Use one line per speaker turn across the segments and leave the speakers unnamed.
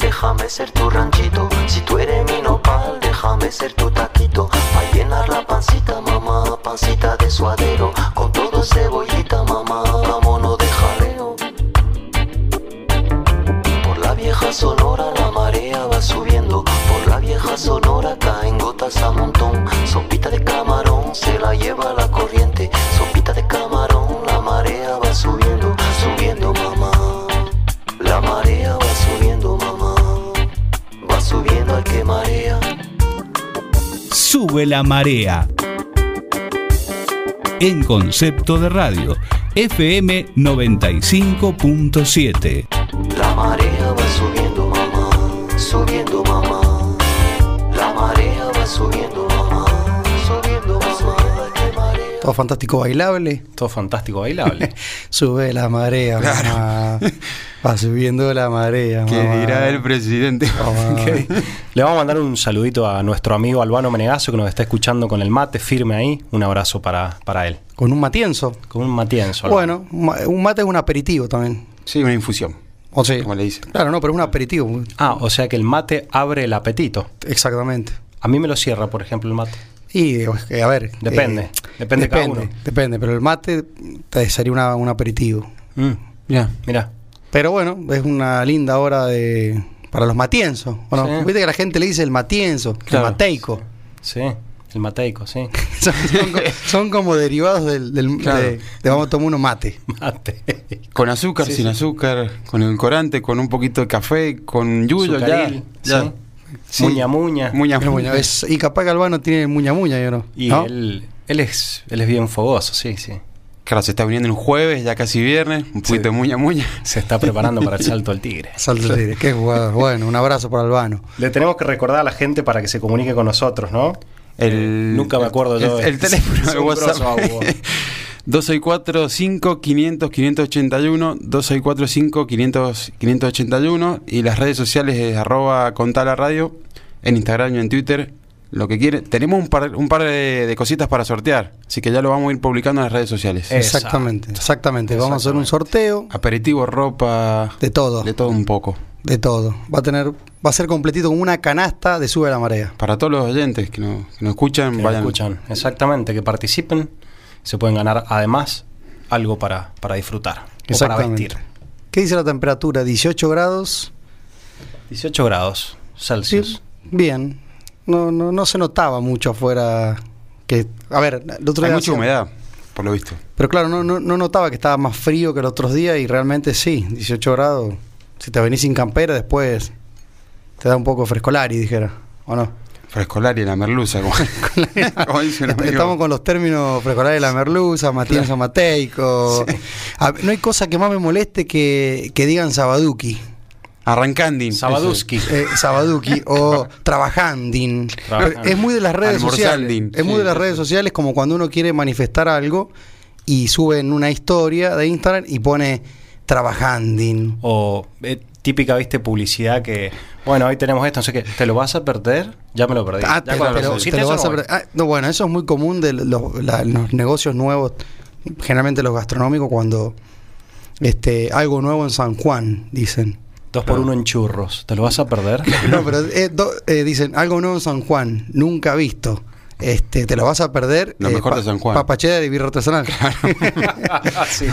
déjame ser tu ranchito. Si tú eres mi nopal, déjame ser tu taquito. Pa' llenar la pancita, mamá, pancita de suadero. Con todo cebollita, mamá, vámonos de jaleo. Por la vieja sonora la marea va subiendo. Por la vieja sonora caen gotas a montón. Sopita de camarón se la lleva la corriente. Sopita de camarón, la marea va subiendo, subiendo, mamá. La marea va subiendo, mamá. Va subiendo al que marea.
Sube la marea. En concepto de radio, FM 95.7.
La marea va subiendo, mamá. Subiendo, mamá. La marea va subiendo, mamá. Subiendo, mamá. al que marea.
Todo fantástico bailable.
Todo fantástico bailable.
Sube la marea, mamá. Va subiendo la marea,
¿Qué
mamá. Oh,
dirá el presidente?
Mamá.
Le vamos a mandar un saludito a nuestro amigo Albano Menegazo que nos está escuchando con el mate firme ahí. Un abrazo para, para él.
Con un matienzo.
Con un matienzo. Albano.
Bueno, un ma- un mate es un aperitivo también.
Sí, una infusión.
O sea,
Como le dicen.
Claro, no, pero es un aperitivo.
Ah, o sea que el mate abre el apetito.
Exactamente.
A mí me lo cierra, por ejemplo, el mate.
Y eh, es que, a ver. eh,
Depende, depende cada uno.
Depende, pero el mate te sería una- un aperitivo.
Mm,
Mira,
mira.
Pero bueno, es una linda hora de para los matienzos. ¿o no?
Sí.
Viste que la gente le dice el matienzo,
Claro.
el mateico.
Sí, el mateico, sí.
Son, son co- son como derivados del, del-
Claro.
de, de vamos a tomar unos mate.
Mate.
con azúcar, sin azúcar, con edulcorante, con un poquito de café, con yuyo, ya.
Sucaril,
ya.
sí. Muña muña.
Muña,
Pero bueno,
muña.
es- y capaz que Albano tiene muña muña, yo no.
Y
¿No?
él, él es, él es bien fogoso, sí, sí.
Claro, se está uniendo un jueves, ya casi viernes, un poquito de muña, muña.
Se está preparando para el salto al tigre.
Salto al tigre, qué jugador. Bueno, un abrazo para Albano.
Le tenemos que recordar a la gente para que se comunique con nosotros, ¿no?
El,
Eh, Nunca me acuerdo yo.
El, el teléfono
Soy
de
un grosso,
WhatsApp.
abu.
264-500-581, 264-500-581 y las redes sociales es arroba contala radio, en Instagram y en Twitter, lo que quiere. Tenemos un par, un par de, de cositas para sortear, así que ya lo vamos a ir publicando en las redes sociales.
Eh. Exacto.
Exactamente, exactamente. Vamos a hacer un
Exactamente.
sorteo
Aperitivo, ropa,
de todo,
de todo un poco.
de todo. Va a tener, va a ser completito con una canasta de sube a la marea.
Para todos los oyentes que nos, que nos escuchan,
Que nos
vayan.
escuchan. Exactamente, que participen. Se pueden ganar además algo para, para disfrutar o para
Exactamente.
vestir.
¿Qué dice la temperatura? 18 grados.
18 grados Celsius.
Sí, bien. No, no, no se notaba mucho afuera que... A ver, el otro
Hay
día
mucha
hacía-
humedad, por lo visto.
Pero claro, no, no, no notaba que estaba más frío que los otros días y realmente sí, 18 grados. Si te venís sin campera después te da un poco frescolari, dijera. ¿O no?
Frescolari, la merluza, como, como dice un
Est-
amigo.
Estamos con los términos frescolari de la merluza, Matías Zamateico. A- No hay cosa que más me moleste que, que digan Sabaduki.
Arrancandin.
Sabaduski.
eh, Sabaduki o Trabajandin.
Trabajandin.
Es muy de las redes sociales.
Almorzandin.
Es muy
Sí.
de las redes sociales como cuando uno quiere manifestar algo y sube en una historia de Instagram y pone Trabajandin.
O eh, típica, viste, publicidad que, bueno, hoy tenemos esto, no sé qué, ¿te lo vas a perder? Ya me lo perdí.
Ah,
Ya
te-
cuando
te lo-
pusiste
te lo
eso,
vas a
no voy.
pre- ah, no, bueno, eso es muy común de los, la- los negocios nuevos, generalmente los gastronómicos, cuando este algo nuevo en San Juan, dicen.
Dos por uno en churros, ¿te lo vas a perder?
No, pero eh, do- eh, dicen algo nuevo en San Juan, nunca visto. Este, te lo vas a perder.
Lo
eh,
mejor de San Juan.
Papa cheddar y birra artesanal.
Sí.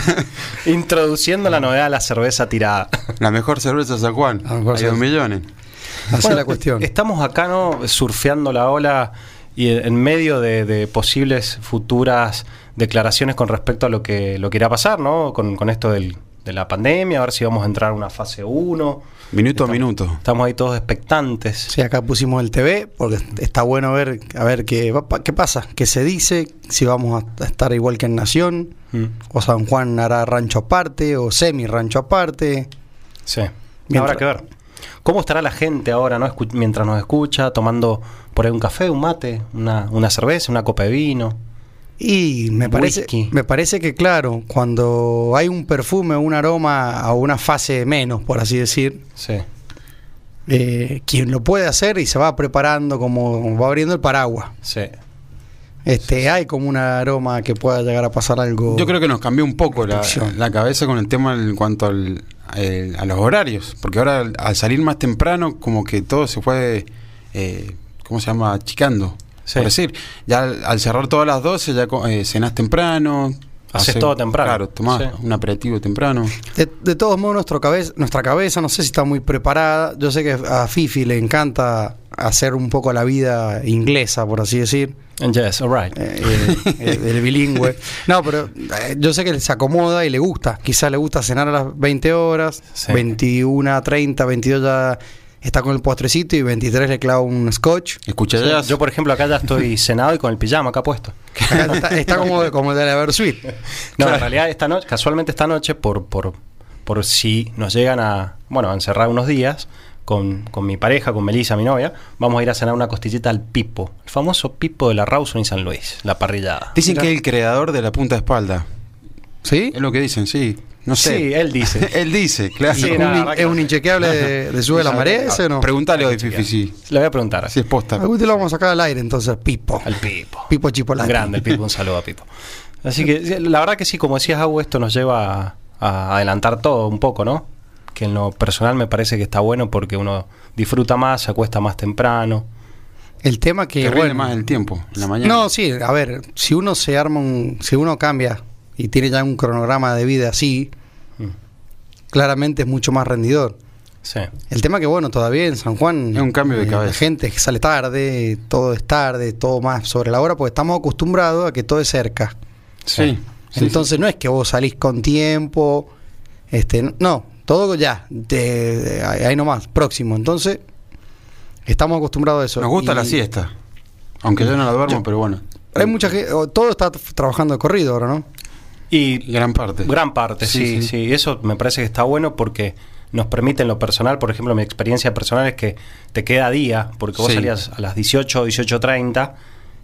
Introduciendo la novedad a la cerveza tirada.
La mejor cerveza San Juan.
La mejor
Hay
cerveza.
dos millones.
Así es
Bueno, eh,
la cuestión.
Estamos acá, ¿no? Surfeando la ola y en medio de, de posibles futuras declaraciones con respecto a lo que, lo que irá a pasar, ¿no? Con, con esto del- de la pandemia, a ver si vamos a entrar a una fase 1.
Minuto a minuto.
Estamos ahí todos expectantes.
Sí, acá pusimos el TV porque está bueno ver a ver qué, va- pa- qué pasa, qué se dice, si vamos a estar igual que en Nación,
Mm,
o San Juan hará rancho aparte, o semi rancho aparte.
sí.
Mientras-
Habrá que ver. ¿Cómo estará la gente ahora, ¿no? Escu- mientras nos escucha, tomando por ahí un café, un mate, una, una cerveza, una copa de vino?
Y me parece,
Whisky.
me parece que, claro, cuando hay un perfume o un aroma a una fase menos, por así decir,
Sí.
eh, quien lo puede hacer y se va preparando como va abriendo el paraguas.
Sí.
Este, hay como un aroma que pueda llegar a pasar algo.
Yo creo que nos cambió un poco la,
Protección.
la cabeza con el tema en cuanto al, eh, a los horarios, porque ahora al, al salir más temprano como que todo se fue, eh, ¿cómo se llama?, achicando.
Sí.
Por decir, ya al, al cerrar todas las 12 ya co- eh, cenás temprano.
Haces
hace-
todo temprano.
Claro, tomás
Sí.
un aperitivo temprano.
De, de todos modos, nuestro cabeza, nuestra cabeza, no sé si está muy preparada. Yo sé que a Fifi le encanta hacer un poco la vida inglesa, por así decir.
Yes, all right.
Eh, eh, eh, el bilingüe. No, pero eh, yo sé que se acomoda y le gusta. Quizá le gusta cenar a las 20 horas,
Sí.
21 a 30, 22 ya está con el postrecito y 23 le clava un scotch.
Escucha
Sí, Yo, por ejemplo, acá ya estoy cenado y con el pijama acá puesto.
Acá está, está como, de- como de la Versuit.
No, en realidad esta noche, casualmente esta noche, por, por, por si nos llegan a, bueno, a encerrar unos días con, con mi pareja, con Melissa, mi novia, vamos a ir a cenar una costillita al Pipo, el famoso Pipo de la Rawson y San Luis, la parrillada.
Dicen que es el creador de la punta de espalda.
¿Sí?
Es lo que dicen, sí. No sé.
Sí, él dice.
él dice, claro.
Sí,
¿Es
nada,
un,
va
in-
que
es
no
un
sé.
inchequeable de, de sube la marea ese o no?
Preguntale hoy, Fifi, si,
Le voy a preguntar
si es posta.
Algún día lo vamos a sacar al aire entonces, Pipo.
al Pipo.
Pipo
Un
Chipolati.
grande el Pipo, un saludo a Pipo. Así que sí, la verdad que sí, como decías, Agu, esto nos lleva a, a adelantar todo un poco, ¿no? Que en lo personal me parece que está bueno porque uno disfruta más, se acuesta más temprano.
El tema que,
Que rinde
bueno,
más el tiempo, en la mañana.
No, sí, a ver, si uno se arma un. Si uno cambia y tiene ya un cronograma de vida así,
Mm.
claramente es mucho más rendidor.
Sí.
El tema que, bueno, todavía en San Juan.
Es un cambio de
eh,
cabeza.
La gente que sale tarde, todo es tarde, todo más sobre la hora, porque estamos acostumbrados a que todo es cerca.
Sí. sí,
Entonces no es que vos salís con tiempo, este, no, todo ya, de- de- ahí ahí nomás, próximo. Entonces, estamos acostumbrados a eso.
Nos gusta
Y
la siesta. Aunque yo no la duermo, pero bueno.
Hay mucha gente, o- todo está t- trabajando de corrido ahora, ¿no?
Y
Gran parte.
gran parte, sí, sí, Eso me parece que está bueno porque nos permite en lo personal, por ejemplo, mi experiencia personal es que te queda día, porque vos
Sí.
salías a las 18, 18.30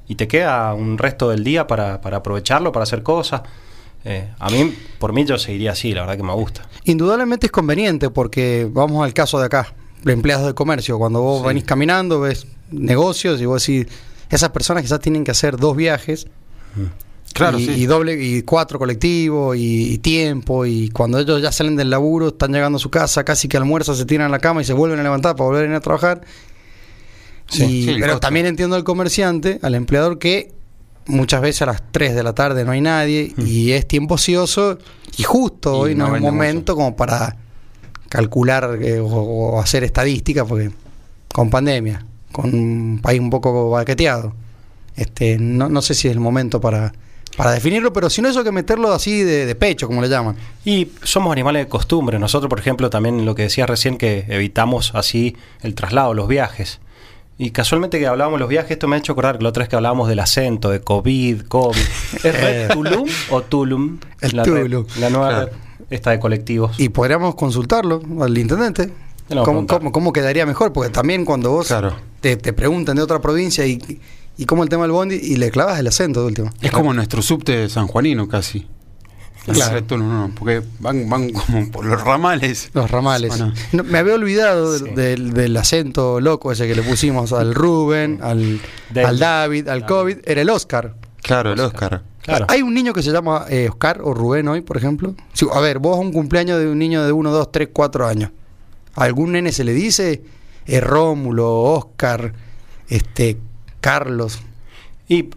y te queda un resto del día para, para aprovecharlo, para hacer cosas. Eh, a mí, por mí, yo seguiría así, la verdad que me gusta.
Indudablemente es conveniente porque vamos al caso de acá, de empleados de comercio. Cuando vos venís caminando, ves negocios y vos decís, esas personas quizás tienen que hacer dos viajes
Claro,
y,
sí.
y doble y cuatro colectivos y, y tiempo y cuando ellos ya salen del laburo están llegando a su casa casi que almuerzan se tiran a la cama y se vuelven a levantar para volver a ir a trabajar
Sí,
Y-
sí, el
pero
costo.
también entiendo al comerciante al empleador que muchas veces a las 3 de la tarde no hay nadie y es tiempo ocioso y justo
Mm. Y
hoy no,
no
es
vende
momento como para calcular eh, o, o hacer estadística porque con pandemia con un país un poco baqueteado este, no, no sé si es el momento para, para definirlo, pero si no, eso hay que meterlo así de, de pecho, como le llaman.
Y somos animales de costumbre. Nosotros, por ejemplo, también lo que decías recién, que evitamos así el traslado, los viajes. Y casualmente que hablábamos de los viajes, esto me ha hecho acordar que la otra vez que hablábamos del acento, de COVID, COVID. ¿Es red Tulum o Tulum?
El
la red-
Tulum.
la nueva
Claro.
red esta de colectivos.
Y podríamos consultarlo al intendente.
Te lo voy
¿Cómo,
a preguntar.
cómo, cómo quedaría mejor? Porque también cuando vos
Claro.
te, te preguntan de otra provincia y, y cómo el tema del bondi y le clavas el acento de último.
Es como nuestro subte sanjuanino casi. El
Claro.
resto no, no, porque van, van como por los ramales.
Los ramales.
Bueno.
No, me había olvidado
Sí.
del, del- del acento loco ese que le pusimos al Rubén, al,
Del-
al David, al COVID. Era el Oscar.
Claro, el Oscar.
Claro.
Hay un niño que se llama eh, Oscar o Rubén hoy, por ejemplo. Si- a ver, vos a un cumpleaños de un niño de 1, 2, 3, 4 años. ¿A algún nene se le dice eh, Rómulo, Oscar, este, Carlos?
Y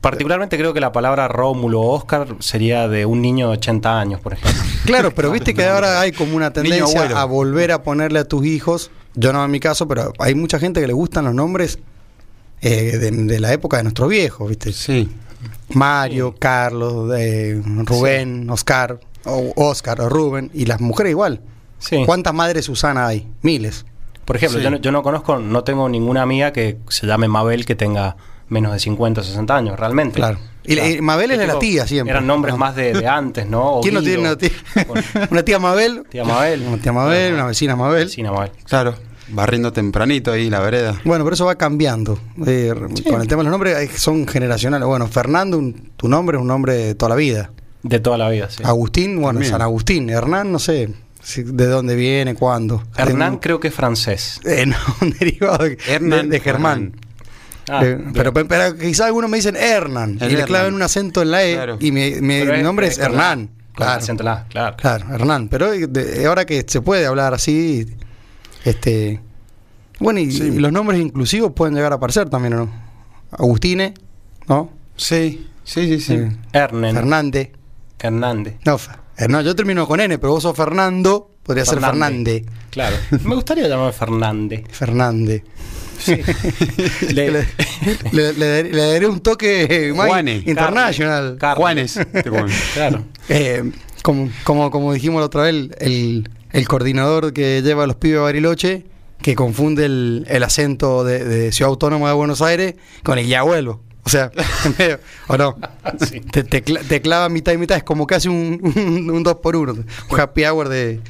particularmente creo que la palabra Rómulo o Oscar sería de un niño de 80 años, por ejemplo.
Claro, pero viste que ahora hay como una
Niño abuelo.
tendencia a volver a ponerle a tus hijos. Yo no en mi caso, pero hay mucha gente que le gustan los nombres eh, de, de la época de nuestros viejos, ¿viste?
Sí.
Mario, Carlos, eh, Rubén, Oscar, o Oscar o Rubén, y las mujeres igual.
Sí.
¿Cuántas madres Susana hay? Miles.
Por ejemplo,
Sí.
yo, no, yo no conozco, no tengo ninguna amiga que se llame Mabel que tenga menos de 50 o 60 años, realmente.
Claro. Y la- y Mabel
Que
era la
tipo,
tía siempre.
Eran nombres
Ah.
más de, de antes, ¿no? O
¿Quién no
Guido.
tiene una tía?
Bueno,
una tía Mabel.
tía Mabel.
Una tía Mabel, una vecina Mabel.
Vecina Mabel.
Claro. Barriendo tempranito ahí la vereda.
Bueno, pero eso va cambiando. Eh, Con el tema de los nombres, eh, son generacionales. Bueno, Fernando, un- tu nombre es un nombre de toda la vida.
De toda la vida, sí.
Agustín, bueno,
También.
San Agustín. Hernán, no sé si- de dónde viene, cuándo.
Hernán
Ten-
creo que es francés.
eh, no, un derivado de,
Hernán,
de- de Germán.
Ah,
Eh,
bien.
pero, pero quizás algunos me dicen Hernán
El
y le
Hernán.
clavan un acento en la E
Claro.
y mi, mi
Pero es-
nombre es,
es con la-
Hernán.
Claro.
Claro.
claro.
Claro, Hernán. Pero eh, de- ahora que se puede hablar así, este. Bueno, y,
Sí.
y los nombres inclusivos pueden llegar a aparecer también, ¿o ¿no? Agustine, ¿no?
Sí, sí, sí, sí.
Eh,
Hernen.
Fernández.
Hernández.
No, Fe- eh, no, yo termino con N, pero vos sos Fernando, podría
Fernández.
ser
Claro. Me gustaría llamarme Fernández.
Fernández. Fernández.
Le-
Le, le- le daré- le daré un toque eh, más
Juane.
internacional.
Carne.
Juanes. te comen.
Claro.
Eh, como, como, como dijimos la otra vez, el, el- el coordinador que lleva a los pibes a Bariloche, que confunde el, el acento de, de Ciudad Autónoma de Buenos Aires con el ya vuelvo. O sea, medio- o no.
Sí.
Te, te cla- te clava mitad y mitad, es como casi un, un, un dos por uno. Un happy hour de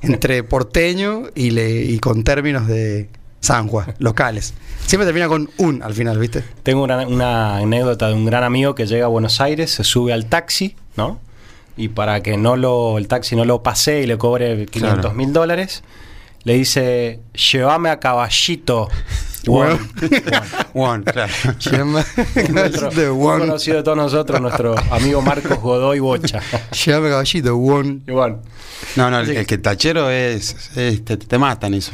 entre porteño y, le, y con términos de San Juan, locales. Siempre termina con un al final, ¿viste?
Tengo una, una anécdota de un gran amigo que llega a Buenos Aires, se sube al taxi, ¿no? Y para que no lo, el taxi no lo pase y le cobre 500 mil dólares, le dice, llévame a caballito.
Bueno.
Juan".
Juan, claro.
Llama-
Nuestro-
de
muy
one.
conocido de todos nosotros, nuestro amigo Marcos Godoy Bocha.
Llama caballito, one.
Y bueno,
No, no, el, el que el tachero es. es- te, te matan eso.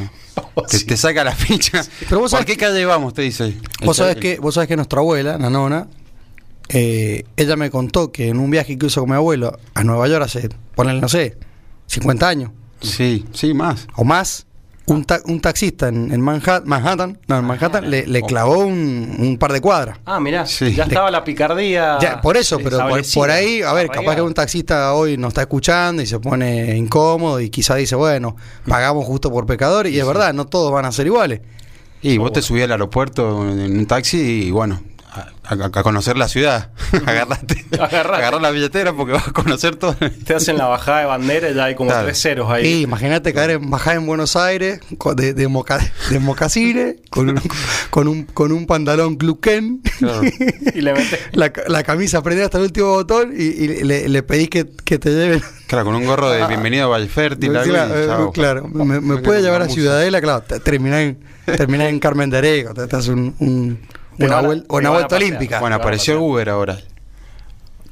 Te, te saca la ficha.
Oh, Pero vos sabés-
¿Por qué calle vamos? Te dice. El
Vos sabés
el-
que, vos sabés que nuestra abuela, la nona, eh, ella me contó que en un viaje que hizo con mi abuelo a Nueva York hace, ponele, no sé, 50 años
Sí, sí, más.
o más, un, ta- un taxista en, en Manhat- Manhattan, no, en Manhattan le, le clavó un, un par de cuadras.
ah, mirá,
Sí.
ya estaba la picardía.
Ya, por eso, pero por,
establecida,
por ahí, a ver, capaz que
arraigada.
un taxista hoy nos está escuchando y se pone incómodo y quizá dice, bueno, pagamos justo por pecador y es verdad, no todos van a ser iguales. Oh,
Y vos te subís al aeropuerto en un taxi y bueno, a, a- a conocer la ciudad. Agarrate.
Agarrate.
Agarrá la billetera porque vas a conocer todo.
Te hacen la bajada de bandera y ya hay como
Claro.
tres ceros ahí.
Sí, imagínate caer en, bajar en Buenos Aires con- de, de, moca- de mocasines, con un, con un, con un pantalón cluquen,
Y le metes.
la, ca- la camisa prendida hasta el último botón y, y le, le pedís que, que te lleven.
Claro, con un gorro de bienvenido a Valfértil. algo y
Ah, Claro, eh,
chao.
claro, me, me
Creo que
puede
con
llevar a
Camus.
Ciudadela, claro, te- terminás en, terminás en Carmen de Areco, te, te haces un, un-
Te
una,
van a-
vuel-
te
una
van a
vuelta
pasear.
olímpica.
Bueno,
Claro,
apareció
claro.
Uber ahora.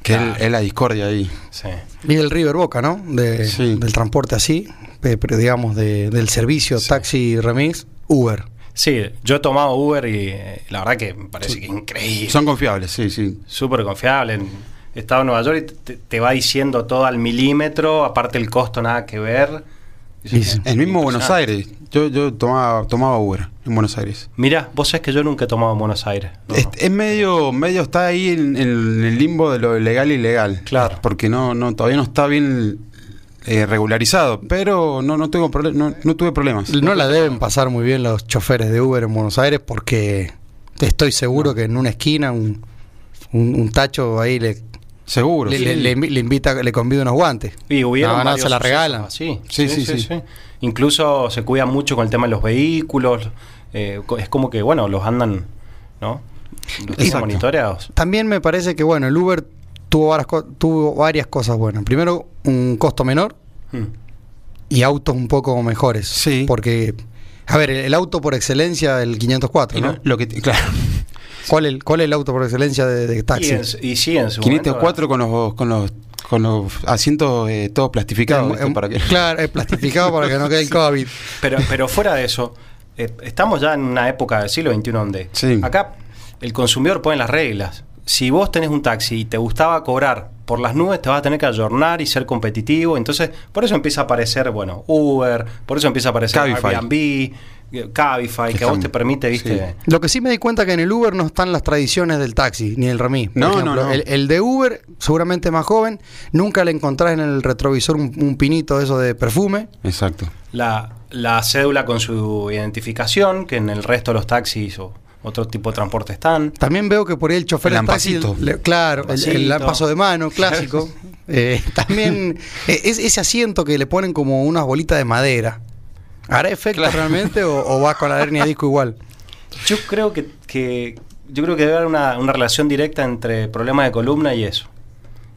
Que
Claro.
Ah.
es- es la discordia ahí.
Sí.
Y el River Boca, ¿no? De-
Sí.
Del transporte así, pe- pero digamos de- del servicio taxi remis, Uber.
Sí, yo he tomado Uber y eh, la verdad que me parece que es increíble.
Son confiables, sí, sí.
súper confiable. En, he estado en Nueva York y te, te va diciendo todo al milímetro, aparte el costo nada que ver.
Sí, sí.
El mismo Buenos Aires. Yo, yo tomaba, tomaba Uber en Buenos Aires.
Mira, vos sabés que yo nunca he tomado en Buenos Aires. No,
Es,
no.
es medio, medio está ahí en, en el limbo de lo legal y ilegal.
Claro.
Porque no, no, todavía no está bien eh, regularizado. Pero no, no, tengo prole- no, no tuve problemas.
No la deben pasar muy bien los choferes de Uber en Buenos Aires porque estoy seguro que en una esquina un, un- un tacho ahí le,
Seguro.
le, le- le invi- le invita, le convida unos guantes.
Y hubieron
No, no,
varios
se la
sucesos
regalan.
así. Sí
Sí,
sí sí,
sí, sí.
Incluso se cuidan mucho con el tema de los vehículos. eh, co- es como que, bueno, los andan, ¿no? Los tienen
Exacto.
monitoreados.
También me parece que bueno, el Uber tuvo varias, co- tuvo varias cosas buenas. Primero, un costo menor
Mm.
y autos un poco mejores.
Sí.
Porque, a ver, el, el auto por excelencia, el 504,
Y
¿no?
no- lo que, claro.
¿Cuál, el, ¿Cuál es el auto por excelencia de, de
Y,
taxi?
en su- y sí, en su
504 con los, con los, con los asientos eh, todos plastificados.
Em-
¿viste?
em-
para que-
Claro, es plastificado para que no quede el COVID.
Pero, pero fuera de eso, eh, estamos ya en una época del siglo XXI donde
Sí.
acá el consumidor pone las reglas. Si vos tenés un taxi y te gustaba cobrar por las nubes, te vas a tener que ayornar y ser competitivo. Entonces, por eso empieza a aparecer, bueno, Uber, por eso empieza a aparecer
Cabify.
Airbnb, eh, Cabify, que a vos te permite, viste.
Lo que sí me di cuenta que en el Uber no están las tradiciones del taxi, ni el remis. Por
No,
ejemplo,
no, no.
El, el de Uber, seguramente más joven, nunca le encontrás en el retrovisor un, un pinito de eso de perfume.
Exacto.
La, la cédula con su identificación, que en el resto de los taxis o otro tipo de transporte están.
También veo que por ahí el chofer
El
del taxi,
lampacito.
le- claro, el, el
Lampacito.
lampazo de mano clásico. Eh, también eh, es- ese asiento que le ponen como unas bolitas de madera. ¿Hará efecto realmente o, o vas con la hernia de disco igual?
Yo creo que, que- yo creo que debe haber una, una relación directa entre problemas de columna y eso.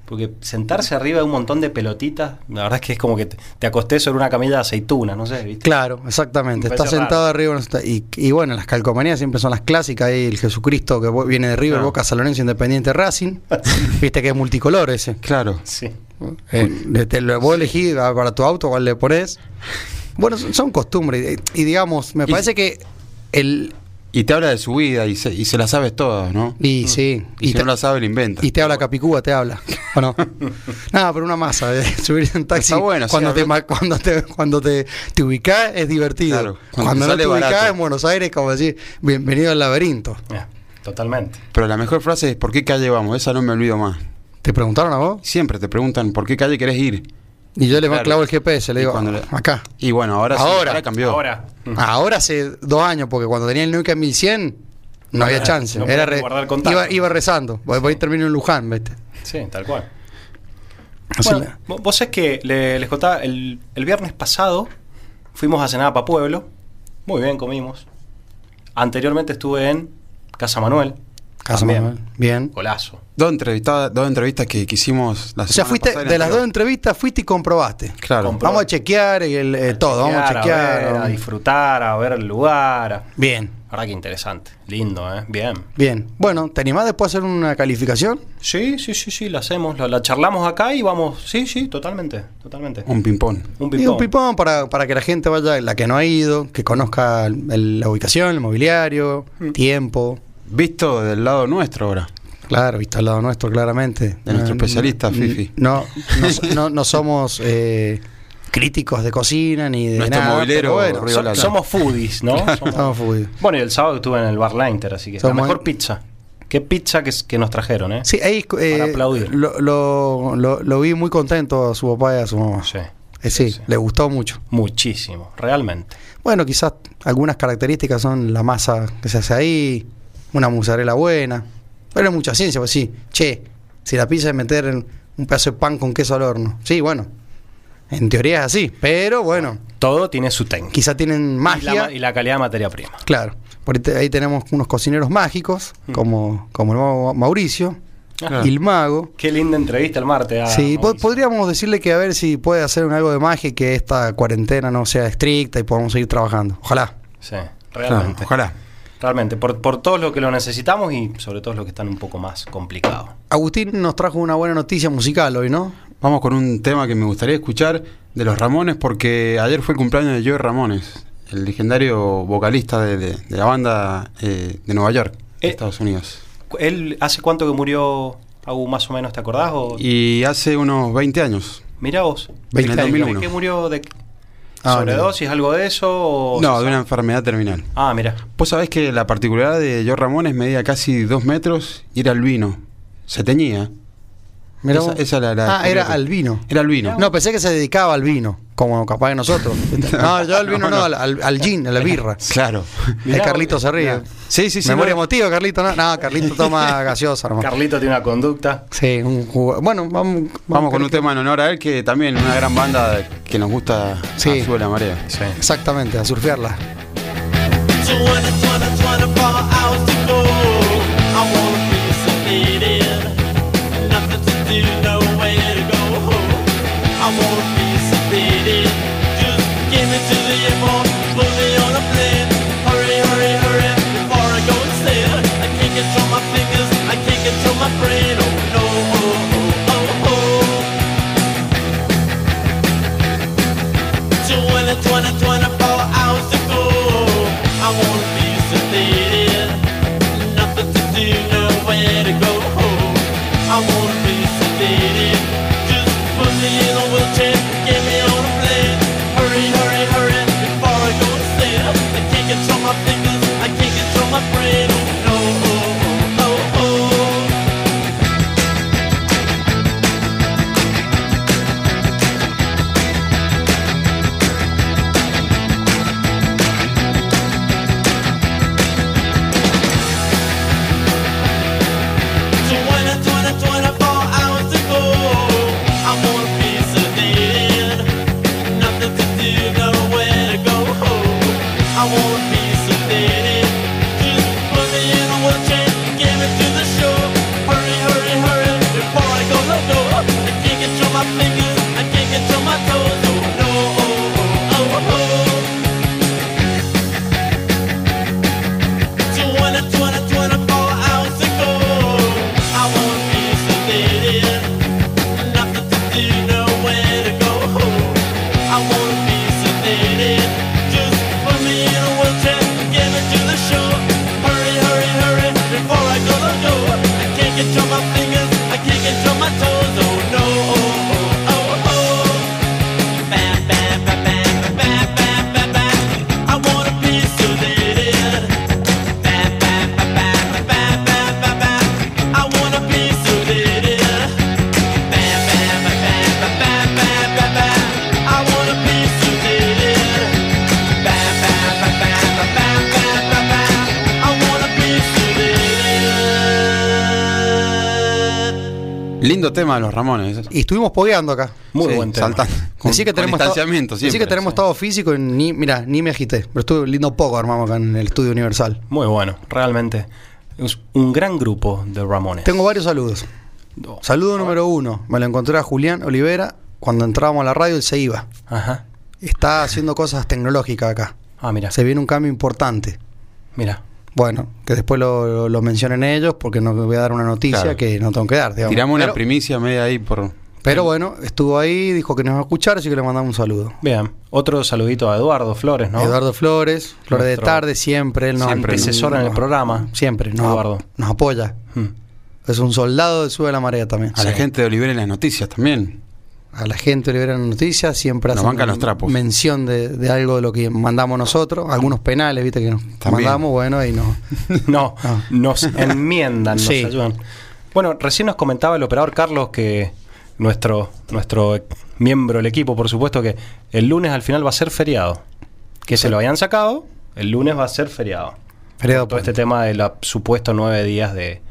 Porque sentarse arriba de un montón de pelotitas, la verdad es que es como que te, te acostés sobre una camilla de aceituna, no sé, ¿viste?
Claro, exactamente.
Me
Está
parece
sentado
raro.
arriba. no está- Y, y bueno, las calcomanías siempre son las clásicas. ahí el Jesucristo que vo- viene de River,
Claro.
Boca, San Lorenzo, Independiente, Racing. Viste que es multicolor ese.
Claro.
Sí.
Eh, le- te lo, vos elegís a- para tu auto cuál le pones. Bueno, son, son costumbres. Y, y digamos, me
Y-
parece que el.
Y te habla de su vida y se, y se la sabes todas, ¿no? Y,
Y sí. Y,
si
te,
no la sabe, la inventa.
y te habla Capicúa, te habla. ¿O no? Nada, pero una masa. eh, Subir en taxi.
Está bueno, sí,
cuando, te,
habla-
ma- cuando te Cuando te, te ubicás es divertido.
Claro,
cuando
cuando te
no
sale
te ubicás
barato.
en Buenos Aires, como decir, bienvenido al laberinto.
Eh, totalmente.
Pero la mejor frase es ¿por qué calle vamos? Esa no me olvido más.
¿Te preguntaron a vos?
Siempre te preguntan ¿por qué calle querés ir?
Y yo le
Claro.
clavo el GPS, le
Y
digo,
cuando le-
acá.
Y bueno, ahora, sí,
Ahora.
cambió.
Ahora.
Ahora hace dos años, porque cuando tenía el Nokia 1100, no,
Ah,
había
era-
chance.
no
era
podía
re-
guardar contacto.
iba, iba rezando. Voy, voy a terminar en Luján, ¿viste?
Sí, tal cual.
Así
Bueno,
me-
vo- vos es que le- les contaba, el, el viernes pasado fuimos a cenar para Pueblo. Muy bien, comimos. Anteriormente estuve en Casa Manuel.
Casa
También.
Manuel. Bien.
Golazo.
Dos, entrevistadas- dos entrevistas que, que hicimos la
O sea,
semana
fuiste,
pasada y
de las dos
anterior.
entrevistas, fuiste y comprobaste.
Claro.
Compro-
Vamos a chequear el, eh, todo, vamos a
A, ver, a
chequear.
disfrutar, a ver el lugar. a-
bien,
La verdad que interesante. Lindo, ¿eh? Bien.
bien. Bueno, ¿te animás después a hacer una calificación?
Sí, sí, sí, sí, la hacemos, la, la charlamos acá y vamos. Sí, sí, totalmente, totalmente.
Un ping-pong.
Y
Un
un
pipón.
pipón para, para que la gente vaya, la que no ha ido, que conozca el- la ubicación, el mobiliario, tiempo.
Visto del lado nuestro ahora.
Claro, visto al lado nuestro, claramente.
De nuestro especialista,
no,
Fifi.
No, no, so- no, no somos eh, críticos de cocina ni de
Nuestro
nada.
mobilero,
pero bueno,
Río
So-
Blanco.
somos foodies, ¿no? Somos-
estamos fugidos.
Bueno, y el sábado estuve en el Bar Leinter, así que
Somos-
la mejor pizza. Qué pizza que, que nos trajeron, ¿eh?
Sí, ahí eh,
Para aplaudir.
Lo, lo, lo- lo vi muy contento a su papá y a su mamá.
Sí,
Eh, sí,
sí.
le gustó mucho.
muchísimo, realmente.
Bueno, quizás algunas características son la masa que se hace ahí, una mozzarella buena. Pero hay mucha ciencia, pues sí. Che, si la pizza es meter en un pedazo de pan con queso al horno. Sí, bueno. En teoría es así, pero bueno.
Todo tiene su técnica.
quizá tienen
Y la,
magia.
ma- y la calidad de materia prima.
Claro. Por ahí te- ahí tenemos unos cocineros mágicos,
Mm.
como, como el mago Mauricio
Claro.
y el mago.
Qué linda entrevista el martes. a
sí, po-
Ah. Mauricio.
podríamos decirle que a ver si puede hacer un algo de magia y que esta cuarentena no sea estricta y podamos seguir trabajando. Ojalá.
Sí,
Claro,
realmente.
ojalá.
Realmente, por, por todos los que lo necesitamos y sobre todo los que están un poco más complicados.
Agustín nos trajo una buena noticia musical hoy, ¿no?
Vamos con un tema que me gustaría escuchar de los Ramones, porque ayer fue el cumpleaños de Joey Ramones, el legendario vocalista de, de- de la banda eh, de Nueva York, de
Eh.
Estados Unidos.
Cu- ¿Él hace cuánto que murió, Agu, más o menos, te acordás? O...
Y hace unos 20 años.
Mirá vos.
En el
¿De-
2001.
¿De qué murió? ¿De
Ah,
sobredosis, algo de
Oh,
eso? o
No,
se
de una
sabe?
enfermedad terminal.
Ah, mira.
Vos sabés que la particularidad de Joe Ramones medía casi dos metros y era albino. Se teñía.
Mirá
Esa-
vos.
esa la- la-
ah, era albino.
Era albino.
No, pensé que se dedicaba al vino, como capaz que nosotros. No, yo al vino no, al, al- al gin, a la birra.
Claro.
El Carlito se ríe.
Sí, sí, sí.
Memoria
no.
emotiva, Carlito. No, no Carlito toma gaseosa, hermano.
Carlito tiene una conducta.
Sí, un jugo- Bueno, vamos,
Vamos con un
tema.
tema en honor a él, que también una gran banda que nos gusta
Sí.
a Sube la Marea.
Sí.
Exactamente, a surfearla.
20, 20, 24 hours to go. I wanna feel sedated. Nothing to do, no way to go. I wanna feel sedated. Just give me to the airport, put me on a plane. Hurry, hurry, hurry, before I go insane. I can't control my fingers, I can't control my brain. Oh no, oh, oh, oh, oh. 20, 20, 24 hours to go. I wanna be sedated. Nothing to do, nowhere to go. I wanna be sedated. Just put me in a wheelchair, get me on a plane. Hurry, hurry, hurry, before I go insane. I can't control my fingers, I can't control my brain. Oh no, oh, oh, oh, oh. Oh, Oh,
Lindo tema de los Ramones.
Y estuvimos pogueando acá.
Muy
Sí,
buen tema.
saltando. Con,
Decí que
con
tenemos, estado,
distanciamiento
decí que
siempre.
tenemos estado físico y ni, mira, ni me agité. Pero estuvo un lindo poco armamos acá en el Estudio Universal.
Muy bueno, realmente. Es un gran grupo de Ramones.
Tengo varios saludos.
Oh,
Saludo número uno. Me lo encontré a Julián Olivera cuando entrábamos a la radio él se iba.
Ajá.
Está haciendo cosas tecnológicas acá.
Ah, mira.
Se viene un cambio importante.
Mira.
Bueno, que después lo, lo- lo mencionen ellos porque no voy a dar una noticia
Claro.
que no tengo que dar. digamos.
Tiramos una
Pero-
primicia media ahí por.
Pero bueno, estuvo ahí, dijo que nos va a escuchar, así que le mandamos un saludo.
Vean, otro saludito a Eduardo Flores, ¿no?
Eduardo Flores, Flores de
Nuestro
Tarde, siempre. Él nos,
siempre.
Antecesor en el
nos-
programa.
Siempre, nos,
Eduardo.
nos apoya.
Mm.
Es un soldado de Sube la Marea también.
A la gente de Olivera en las noticias también.
A la gente le liberan noticias, siempre
Nos
hacen
bancan los trapos.
mención de, de algo de lo que mandamos nosotros. Algunos penales, viste, que nos
También.
mandamos, bueno, y no.
No,
Ah.
nos enmiendan, nos
Sí.
ayudan. Bueno, recién nos comentaba el operador Carlos que nuestro, nuestro miembro del equipo, por supuesto, que el lunes al final va a ser feriado. Que se lo habían sacado, el lunes va a ser feriado.
Feriado
Todo
puente.
este tema de los supuestos nueve días de, de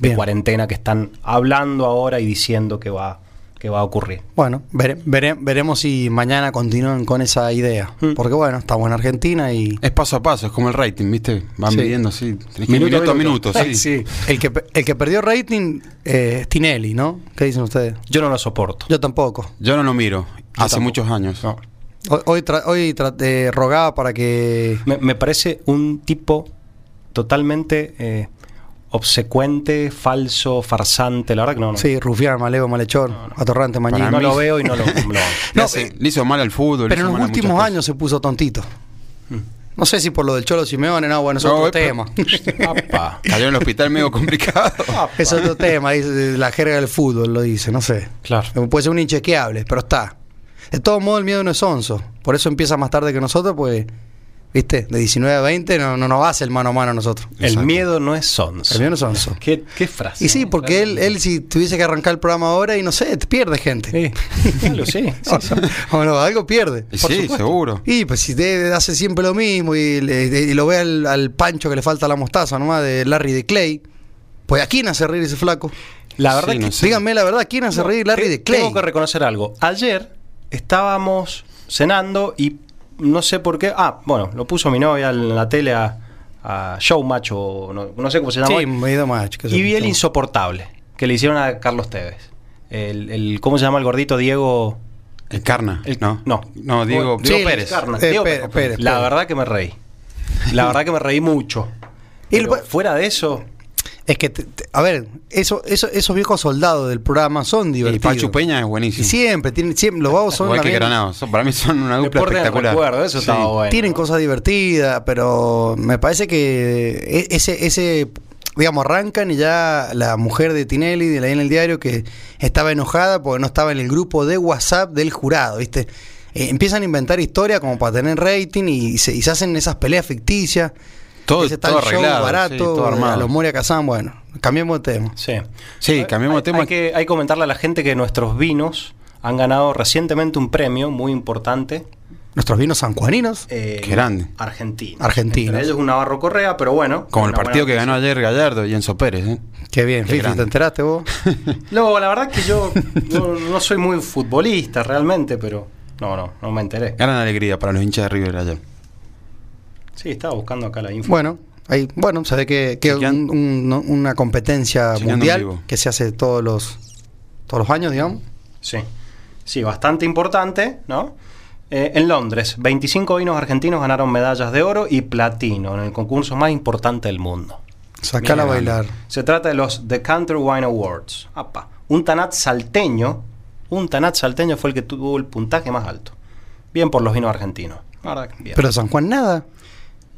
Bien.
cuarentena que están hablando ahora y diciendo que va, que va a ocurrir.
Bueno, vere- vere- veremos si mañana continúan con esa idea.
Mm.
Porque bueno, estamos en Argentina y
Es paso a paso, es como el rating, ¿viste? Van
Sí.
midiendo así. Tenés que ir Minuto, a minuto, sí.
el que, pe- el que perdió rating eh, es Tinelli, ¿no? ¿Qué dicen ustedes?
Yo no lo soporto.
Yo tampoco.
Yo no lo miro. hace
tampoco.
muchos años.
No.
Hoy, hoy, tra- hoy tra- eh, rogaba para que...
Me, me parece un tipo totalmente eh, obsecuente, falso, farsante. La verdad que no, no.
Sí, Rufián, Maleo, Malhechor, Atorrante, Mañana.
a
no
mí-
lo veo y no lo. lo-
Le,
No,
hace-
eh,
le hizo mal al fútbol. le
Pero
hizo
en los
mal a muchas
últimos
cosas. Hmm.
años se puso tontito. No sé si por lo del Cholo Simeone, no, bueno, es
No,
otro
eh, pero-
tema.
Apa, Cayó en el hospital medio complicado.
es otro tema, dice, la jerga del fútbol lo dice, no sé.
Claro.
Puede ser un inchequeable, pero está. De todo modo, el miedo no es onzo. Por eso empieza más tarde que nosotros, pues, viste, de 19 a 20 no, no nos hace el mano a mano a nosotros.
El miedo no es sons.
El miedo no es onzo.
¿Qué, qué frase?
Y sí, porque él, él si tuviese que arrancar el programa ahora y no sé, te pierde gente.
Sí, claro, sí, sí, sí.
O no, algo pierde.
Y
por
sí,
supuesto.
seguro.
Y pues si te hace siempre lo mismo y, le- de- y lo ve al, al pancho que le falta la mostaza nomás de Larry de Clay, pues ¿a quién hace reír ese flaco?
La verdad
Sí,
que
no sé.
Díganme la verdad, ¿a quién hace reír Larry
Te-
de Clay?
Tengo que reconocer algo. Ayer estábamos cenando y no sé por qué. Ah, bueno, lo puso mi novia en la tele a, a Showmatch o no, no sé cómo se llama.
Sí, medio macho. qué sé
y vi
yo.
el insoportable que le hicieron a Carlos Tevez. El, el- ¿Cómo se llama el gordito? Diego.
El Carna.
El-
no.
no.
No, Diego,
Sí,
Diego
el
Pérez.
Carna.
Eh,
Diego
Pérez,
Pérez. pues.
Pérez,
La
Pérez.
verdad que me reí. La verdad que me reí mucho.
Y
Pero
el-
fuera de eso,
Es que, te- te- a ver, eso, eso, esos viejos soldados del programa son
El
divertidos.
Pachu Peña es
Y
buenísimo.
siempre, tienen, siempre los vagos son
Igual que
también-
Granado. Son- para mí son una dupla
deporte del
espectacular.
recuerdo, eso
Sí.
estaba bueno.
tienen
¿no?
cosas divertidas, pero me parece que e- ese, ese, digamos, arrancan y ya la mujer de Tinelli, de la en el diario, que estaba enojada porque no estaba en el grupo de WhatsApp del jurado, ¿viste? Eh, empiezan a inventar historia como para tener rating y se, y se hacen esas peleas ficticias.
Todo,
ese tal
todo
show
arreglado.
barato,
sí, todo
a los
armado.
Moria Kazan, bueno, cambiemos de tema.
Sí.
Sí, cambiemos
hay,
de tema.
Hay que, hay que comentarle a la gente que nuestros vinos han ganado recientemente un premio muy importante.
Nuestros vinos sanjuaninos,
eh,
Qué grande.
Argentino.
Argentinos.
Entre ellos un Navarro Correa, pero bueno.
Como el
una
partido que
buena-
ganó ayer Gallardo y Enzo Pérez. ¿eh?
qué bien,
Qué
Fifi,
grande.
¿te enteraste vos?
No, la verdad que yo no, no soy muy futbolista realmente, pero. No, no, no me enteré.
Gran alegría para los hinchas de River ayer.
Sí, estaba buscando acá la info.
Bueno, ahí, bueno, se ve que, que un-
Chequean-
un- no- una competencia
Chequeando en
mundial
vivo.
que se hace todos los todos los años, digamos.
Sí. Sí, bastante importante, ¿no? Eh, en Londres, 25 vinos argentinos ganaron medallas de oro y platino en el concurso más importante del mundo.
Sacala a bailar.
Se trata de los Decanter Wine Awards. Apa, un tanat salteño, un tanat salteño fue el que tuvo el puntaje más alto. Bien por los vinos argentinos. La verdad que bien.
Pero San Juan nada.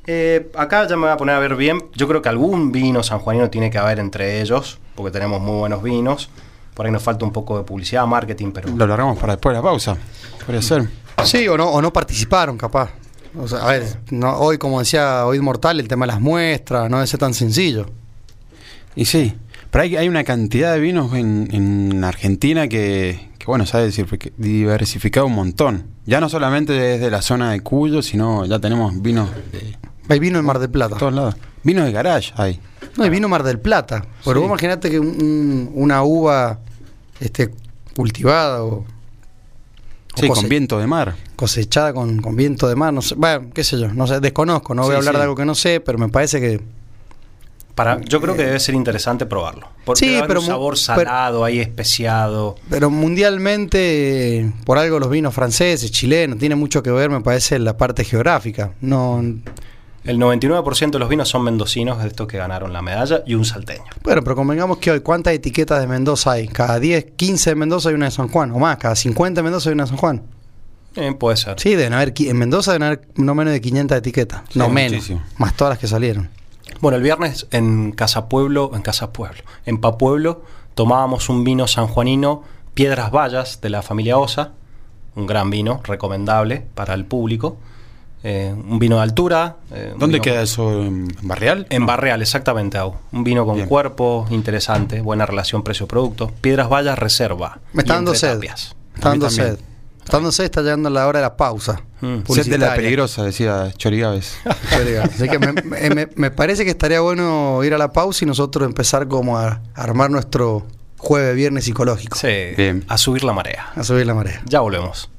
Eh, acá ya me voy a poner a ver bien. Yo creo que algún vino sanjuanino tiene que haber entre ellos, porque tenemos muy buenos vinos. Por ahí nos falta un poco de publicidad, marketing, pero
Lo largamos para después de la pausa. Podría ser.
Sí, o no, o no participaron, capaz. O sea, a ver, no, hoy, como decía Oid Mortal, el tema de las muestras, no es tan sencillo.
Y sí, pero hay, hay una cantidad de vinos en, en Argentina que, que, bueno, se ha diversific- diversificado un montón. Ya no solamente desde la zona de Cuyo, sino ya tenemos vinos de
Hay vino en Mar del Plata.
todos lados. Vinos de garage hay.
No, y vino Mar del Plata. Pero
Sí.
vos imaginate que un- un- una uva esté cultivada o, o
Sí,
cose-
con viento de mar.
cosechada con, con viento de mar, no sé, bueno, qué sé yo, no sé, desconozco, no voy
Sí,
a hablar
sí.
de algo que no sé, pero me parece que
Para, yo creo que debe ser interesante probarlo. Porque
Sí,
debe haber
pero
un
mu-
sabor
pero-
salado, ahí especiado.
Pero mundialmente, eh, por algo los vinos franceses, chilenos, tiene mucho que ver, me parece, la parte geográfica. No,
El 99% de los vinos son mendocinos, de estos que ganaron la medalla, y un salteño.
bueno, pero convengamos que hoy, ¿cuántas etiquetas de Mendoza hay? Cada 10, 15 de Mendoza hay una de San Juan, o más, cada 50 de Mendoza hay una de San Juan.
Eh, puede ser.
Sí, deben haber, qui- en Mendoza deben haber no menos de 500 etiquetas,
Sí,
no menos,
muchísimo.
más todas las que salieron.
Bueno, el viernes en Casa Pueblo, en Casa Pueblo, en Papueblo, tomábamos un vino sanjuanino, Piedras Vallas, de la familia Osa, un gran vino, recomendable para el público. Eh, un vino de altura. eh, un
¿Dónde
vino-
queda eso? ¿En Barreal?
En Barreal, exactamente, Au. Un vino con
Bien.
cuerpo, interesante, buena relación precio-producto. Piedras Vallas Reserva.
Me está
Y
dando
entre
sed.
tapias.
Está
A mí
dando
también.
sed. Está dando sed, está llegando la hora de la pausa.
Mm.
Set de la
publicitaria.
peligrosa, decía Chorigaves.
Yo digo, Así que me, me- me- me parece que estaría bueno ir a la pausa y nosotros empezar como a armar nuestro jueves, viernes psicológico.
Sí,
Bien.
a subir la marea.
A subir la marea.
Ya volvemos.